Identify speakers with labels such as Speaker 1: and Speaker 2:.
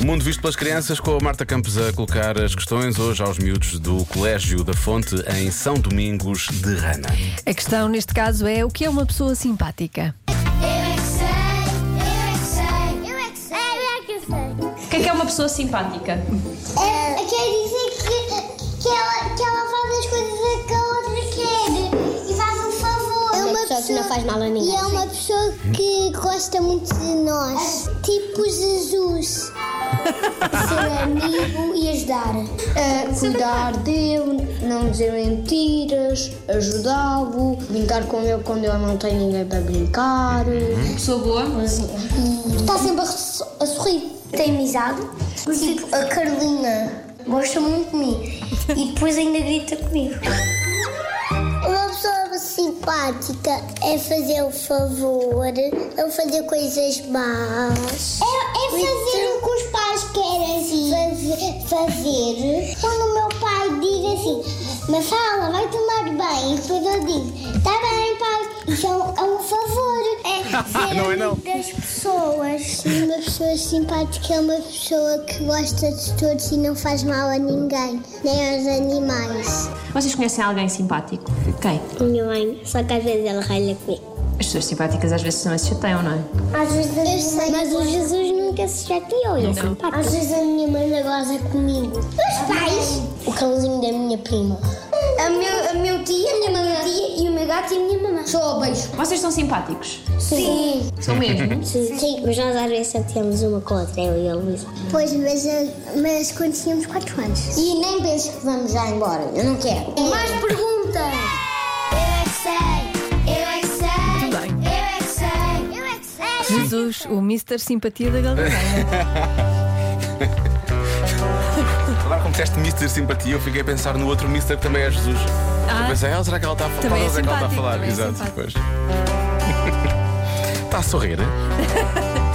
Speaker 1: O mundo visto pelas crianças, com a Marta Campos a colocar as questões hoje aos miúdos do Colégio da Fonte em São Domingos de Rana.
Speaker 2: A questão neste caso é o que é uma pessoa simpática?
Speaker 3: Eu é que sei, eu é que sei, eu é que sei, eu é que sei.
Speaker 4: O que é que é uma pessoa simpática?
Speaker 3: É, quer dizer que, que, ela, que ela faz as coisas que a outra quer e faz um favor. É uma pessoa que não faz mal a ninguém. E é uma pessoa que gosta muito de nós. Tipo Jesus. Ser amigo e ajudar.
Speaker 5: cuidar dele, não dizer mentiras, ajudá-lo, brincar com ele quando ele não tem ninguém para brincar. Uhum.
Speaker 4: Pessoa boa?
Speaker 3: Está tá sempre a, so- a sorrir. Tem amizade. Tipo a Carolina. Gosta muito de mim. E depois ainda grita comigo. Uma pessoa simpática é fazer o favor, é fazer coisas más. É, fazer o que os pais querem fazer, fazer. Quando o meu pai diz assim, mas fala, vai tomar bem, e depois eu digo, tá bem, pai, isso é um, é um favor. É ser
Speaker 1: Não é não.
Speaker 3: amigo das pessoas. Uma pessoa simpática é uma pessoa que gosta de todos e não faz mal a ninguém, nem aos animais.
Speaker 4: Vocês conhecem alguém simpático? Quem?
Speaker 3: Minha mãe, só que às vezes ela ralha comigo.
Speaker 4: As pessoas simpáticas às vezes são esse chateiam, não é?
Speaker 3: Às vezes mas o Jesus nunca se chateou, ele é simpático. Às vezes a minha mãe goza comigo. Os pais? O cãozinho da minha prima. A meu, a meu tio, a minha mamãe, tia, e o meu gato e a minha mamãe. Só beijo.
Speaker 4: Vocês são simpáticos?
Speaker 3: Sim.
Speaker 4: São mesmo?
Speaker 3: Sim. mas nós às vezes chateamos uma com a outra, eu e a Luísa. Pois, mas, eh, mas quando tínhamos 4 anos. E nem penso que vamos já embora, eu não quero. Mais perguntas! Eu é que sei, eu é
Speaker 2: Tudo
Speaker 3: que sei,
Speaker 2: bem.
Speaker 3: eu é que sei, eu é que sei.
Speaker 2: Jesus, o Mr. Simpatia da Galera.
Speaker 1: Agora, como disseste Mr. Simpatia, eu fiquei a pensar no outro Mr. que também é Jesus.
Speaker 2: Ah.
Speaker 1: Eu pensei, ah, será que ela está a falar?
Speaker 2: Também é
Speaker 1: será que ela está a
Speaker 2: simpático,
Speaker 1: falar?
Speaker 2: também é
Speaker 1: Exato,
Speaker 2: simpático.
Speaker 1: pois. Está a Tá sorrir, é?